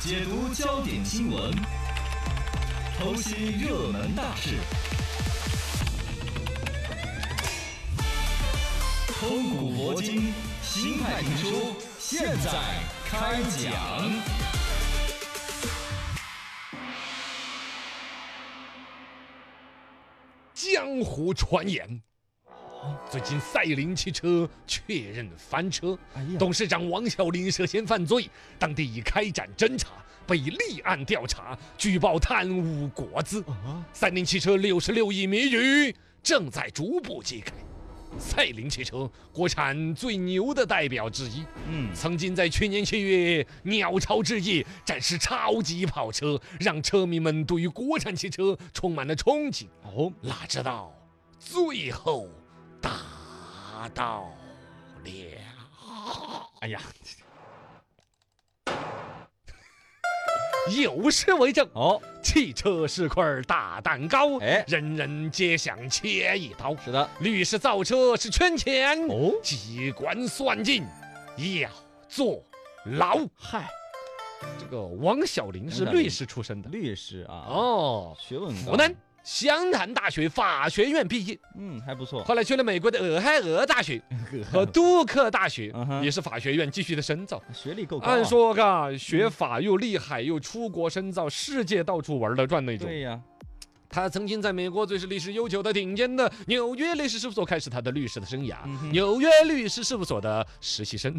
解读焦点新闻，剖析热门大事，通古博今，新派评书，现在开讲。江湖传言，最近赛麟汽车确认翻车，董事长王小林涉嫌犯罪，当地已开展侦查，被立案调查，举报贪污国资。赛麟汽车六十六亿谜语正在逐步揭开。赛麟汽车，国产最牛的代表之一，嗯，曾经在去年七月鸟巢之夜展示超级跑车，让车迷们对于国产汽车充满了憧憬。哦，哪知道最后达到了，哎呀，有诗为证：哦，汽车是块大蛋糕，哎人人皆想切一刀。是的，律师造车是圈钱，哦，机关算尽要坐牢。嗨，这个王小林哦是王小林律师出身的律师啊，哦，学问高，湖南湘南大学法学院毕业，嗯，还不 错，后来去了美国的俄亥俄 大学和杜克大学嗯，哼也是法学院继续的深造。学历够高啊，按说嘎，学法又厉害，又出国深造，世界到处玩的转那种。对呀，他曾经在美国最是历史悠久的顶尖的纽约律师事务所开始他的律师的生涯嗯，哼嗯哦纽约律师事务所的实习生，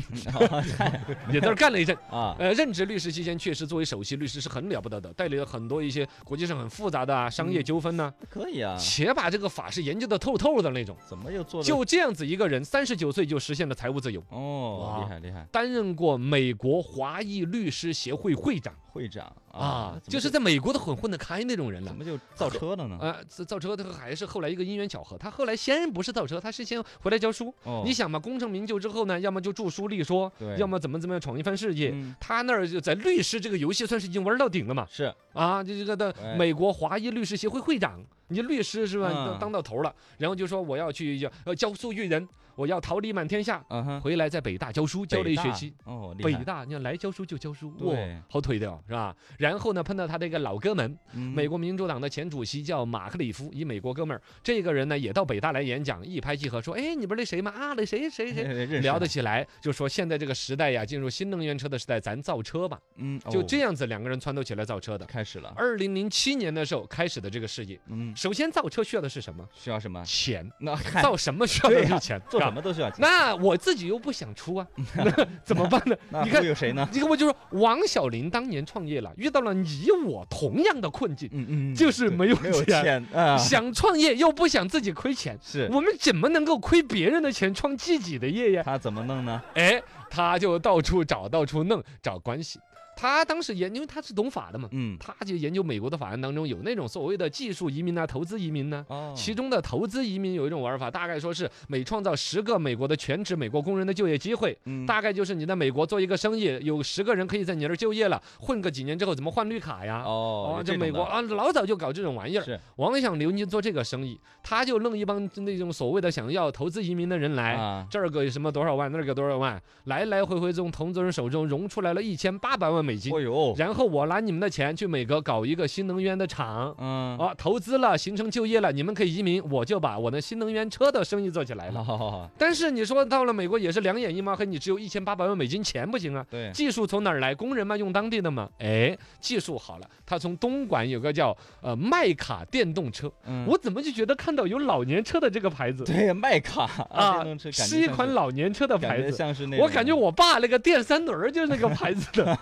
也在那儿干了一阵。啊，呃，任职律师期间，确实作为首席律师是很了不得的，代理了很多一些国际上很复杂的啊商业纠纷呐，可以嗯啊，且把这个法是研究的透透的那种。怎么又做得就这样子一个人，三十九岁就实现了财务自由，哦，哇厉害厉害，担任过美国华裔律师协会会长会长啊，怎么就是在美国都很混得开那种人了怎。么就造车了呢？呃，造造车他还是后来一个因缘巧合，他后来先不是造车，他是先回来教书。哦你想嘛，功成名就之后呢，要么就著书立说对，要么怎么怎么样闯一番事业。嗯他那儿就在律师这个游戏算是已经玩到顶了嘛，是啊，这这个对的美国华裔律师协会会长，你律师是吧？你嗯当当到头了，然后就说我要去要呃教书育人，我要桃李满天下，嗯哼，回来在北大教书，教了一学期。北大哦，北厉害大，你看来教书就教书，哇对，好腿的哦，是吧？然后呢，碰到他这个老哥们，嗯美国民主党的前主席叫马克里夫，一美国哥们儿。这个人呢，也到北大来演讲，一拍即合，说：“哎，你不是那谁吗？啊，那谁谁谁。”哎认识聊了得起来，就说现在这个时代呀，进入新能源车的时代，咱造车吧，嗯，就哦这样子，两个人撺掇起来造车的。开始了，二零零七年的时候开始的这个事业，嗯，首先造车需要的是什么？需要什么？钱，那嗨造什么需要的对呀是钱，做是什吧么都需要钱， 那我自己又不想出啊， 那怎么办呢？ 那你看忽悠谁呢？这个我就说，王小林当年创业了，遇到了你我同样的困境，嗯嗯就是没有没有钱钱 啊，想创业又不想自己亏钱。是我们怎么能够亏别人的钱创自己的业呀？他怎么弄呢？哎，他就到处找，到处弄，找关系。他当时研，因为他是懂法的嘛，嗯，他就研究美国的法案当中有那种所谓的技术移民呐、啊投资移民呐、哦，其中的投资移民有一种玩法，大概说是每创造十个美国的全职美国工人的就业机会，嗯大概就是你在美国做一个生意，有十个人可以在你那儿就业了，混个几年之后怎么换绿卡呀？哦，有这种美国的啊，老早就搞这种玩意儿。是王想留您做这个生意，他就弄一帮那种所谓的想要投资移民的人来。啊，这儿个什么多少万，那儿个多少万，来来回回从投资人手中融出来了一千八百万美金哦，呦，然后我拿你们的钱去美国搞一个新能源的厂，嗯，啊，投资了，形成就业了，你们可以移民，我就把我的新能源车的生意做起来了。哦，但是你说到了美国也是两眼一抹黑，你只有一千八百万美金，钱不行啊。对，技术从哪儿来？工人嘛，用当地的嘛。哎，技术好了，他从东莞有个叫呃麦卡电动车，嗯，我怎么就觉得看到有老年车的这个牌子对迈卡啊电动车，感觉是一像款老年车的感牌觉子。像是那种，我感觉我爸那个电三轮儿就是那个牌子 的，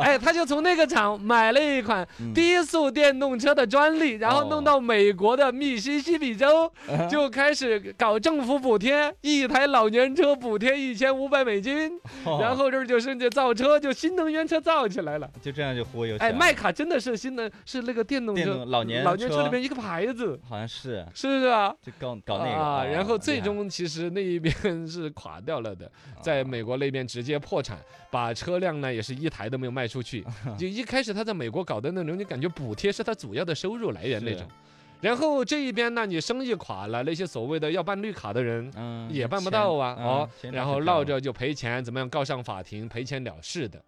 哎，他就从那个厂买了一款嗯低速电动车的专利，然后弄到美国的密西西比州，嗯就开始搞政府补贴，一台老年车补贴一千五百美金，哦然后这儿就甚至造车，就新能源车造起来了。就这样就忽悠起来哎，了，麦卡真的是新能是那个电动电车动老年老年车车里面一个牌子，好像是是不是啊？就搞搞那个啊，然后哦最。厉害终其实那一边是垮掉了的，啊在美国那边直接破产，把车辆呢也是一台都没有卖 出去。就一开始他在美国搞的那种，你感觉补贴是他主要的收入来源那是种。然后这一边呢，你生意垮了，那些所谓的要办绿卡的人。嗯，也办不到啊，钱哦，然后闹，嗯着就赔钱，怎么样告上法庭赔钱了事的，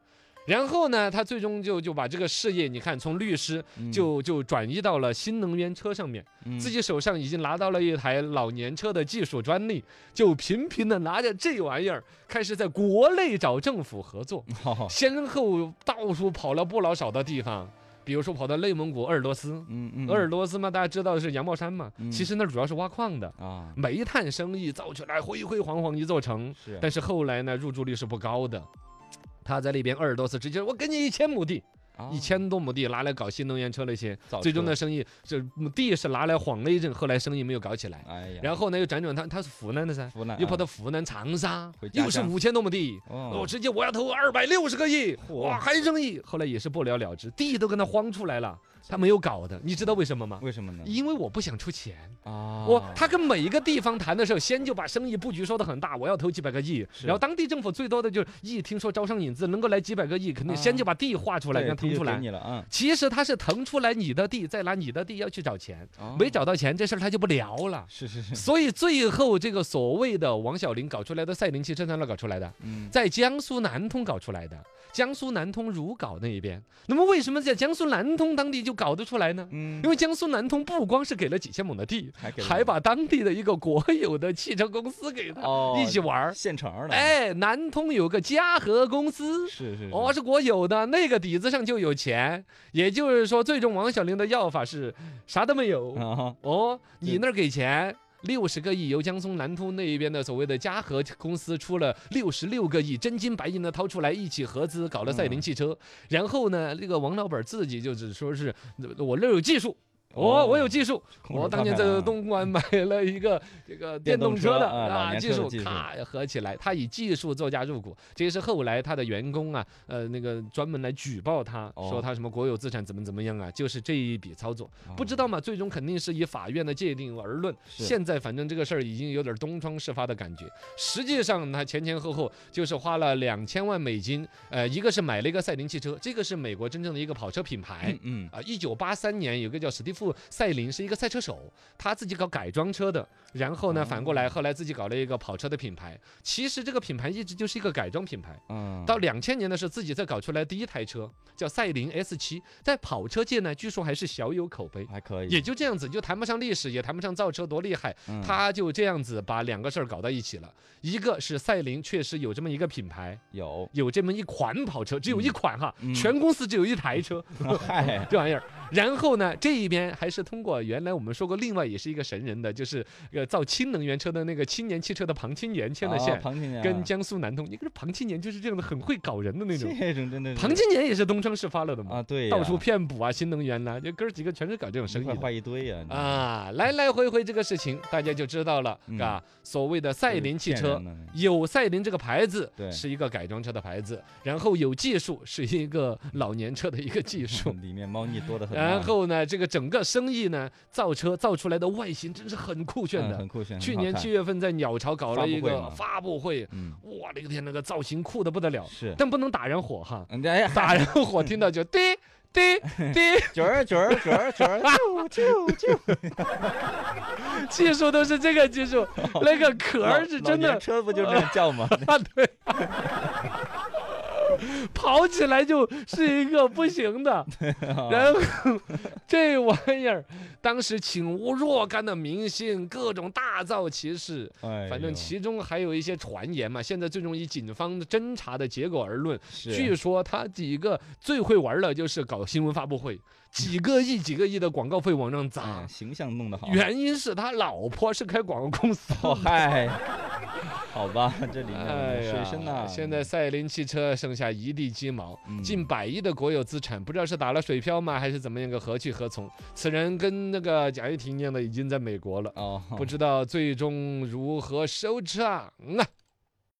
然后呢，他最终就就把这个事业，你看从律师嗯就就转移到了新能源车上面，嗯自己手上已经拿到了一台老年车的技术专利，就频频的拿着这玩意儿开始在国内找政府合作，哦先后到处跑了不老少的地方，比如说跑到内蒙古鄂尔多斯，嗯嗯鄂尔多斯嘛，大家知道的是羊毛衫嘛，嗯其实那主要是挖矿的，啊煤炭生意造起来辉辉煌煌一座城，是但是后来呢，入住率是不高的。他在那边鄂尔多斯直接，我给你一千亩地，啊一千多亩地拿来搞新能源车那些，造最终车的生意这地是拿来晃了一阵，后来生意没有搞起来。哎呀，然后呢，又辗转他他是湖南的噻，湖南又跑啊到湖南长沙回，家又是乡五千多亩地。我哦直接我要投二百六十个亿，嚯哇，还生意，后来也是不了了之，地都跟他荒出来了，他没有搞的，你知道为什么吗？为什么呢？因为我不想出钱，啊我他跟每一个地方谈的时候，先就把生意布局说的很大，我要投几百个亿，是然后当地政府最多的就是一听说招商引资能够来几百个亿，肯定先就把地划出来，啊对让它腾地出给来。你了啊，其实他是腾出来你的地，再拿你的地要去找钱，哦没找到钱这事儿他就不聊了。是是是，所以最后这个所谓的王小林搞出来的赛麟汽车在那搞出来的，嗯在江苏南通搞出来的，江苏南通如皋那一边。那么为什么在江苏南通当地就搞得出来呢？嗯因为江苏南通不光是给了几千亩的地，还给了还把当地的一个国有的汽车公司给他哦一起玩儿。现成儿的，，哎，南通有个嘉禾公司。是是哦，是是国有的，那个底子上就有钱，也就是说，最终王小林的要法是啥都没有，啊，哦，你对那儿给钱六十个亿，由江苏南通那一边的所谓的嘉禾公司出了六十六个亿，真金白银的掏出来一起合资搞了赛麟嗯汽车。然后呢，那个王老板自己就只说是呃我那儿有技术。哦哦，我有技术。控制我状当年态在啊东莞买了一个这 个电动电动车车的啊老年技车术的技，术咔合起来，他以技术作价入股。这也是后来他的员工啊，呃，那个专门来举报他，哦说他什么国有资产怎么怎么样啊，就是这一笔操作。不知哦道嘛，最终肯定是以法院的界定而论。是现在反正这个事儿已经有点东窗事发的感觉。实际上，他前前后后就是花了两千万美金，呃，一个是买了一个赛麟汽车，这个是美国真正的一个跑车品牌。嗯嗯啊，一九八三年有个叫史蒂夫·赛林，是一个赛车手，他自己搞改装车的，然后哦呢，反过来后来自己搞了一个跑车的品牌。其实这个品牌一直就是一个改装品牌，嗯，到两千年的时候，自己再搞出来第一台车叫赛麟 S 7在跑车界呢，据说还是小有口碑。还可以，也就这样子，就谈不上历史，也谈不上造车多厉害，嗯他就这样子把两个事儿搞到一起了。一个是赛麟确实有这么一个品牌，，有 有这么一款跑车，只有一款哈，嗯全公司只有一台车嗨，这玩意儿。然后呢，这一边还是通过原来我们说过，另外也是一个神人的，就是呃造氢能源车的那个青年汽车的庞青年牵的啊线，庞青年跟啊江苏南通，你看这庞青年就是这样的，很会搞人的那 种。这种真的是庞青年也是东窗事发了的嘛，啊，对呀，嗯到处骗补啊，新能源呐、就哥儿几个全是搞这种生一意块的。画一堆呀，你啊，来来回回这个事情，大家就知道了，嗯啊，所谓的赛这是麟汽骗车人。的那有赛麟这个牌子，对是一个改装车的牌子，然后有技术是一个老年车的一个技术， 里面猫腻多得很啊，然后呢，这个整个生意呢，造车造出来的外形真是很酷炫嗯的很。酷炫，去很好年看七，月份在鸟巢搞发了布一会个嘛发布会，嗯，我勒个天，那个造型酷的不得了，是，但不能打人火哈，嗯，哎呀，打人火听到就滴滴滴。角儿角儿角儿角 儿，啾啾啾，技术都是这个技 术，那个壳老儿是真老年的车不就这样 叫吗？啊，对，跑起来就是一个不 行的。啊然后这玩意儿，当时请无若干的明星，各种大造其事。哎反呦正其中还有一些传言嘛，现在最终以警方的侦查的结果而论，是啊据说他几个最会玩的就是搞新闻发 布会，几个亿、几个亿的广告费往上哎砸。形象弄得好，原因是他老婆是开广告 公司哦 嗨，好吧，这里哎面呀水深呐，现在赛麟汽车剩下一地鸡毛，嗯近百亿的国有资产，不知道是打了水漂吗，还是怎么样个何去何从？此人跟那个贾跃亭一样的，已经在美国了，哦，不知道最终如何收场啊！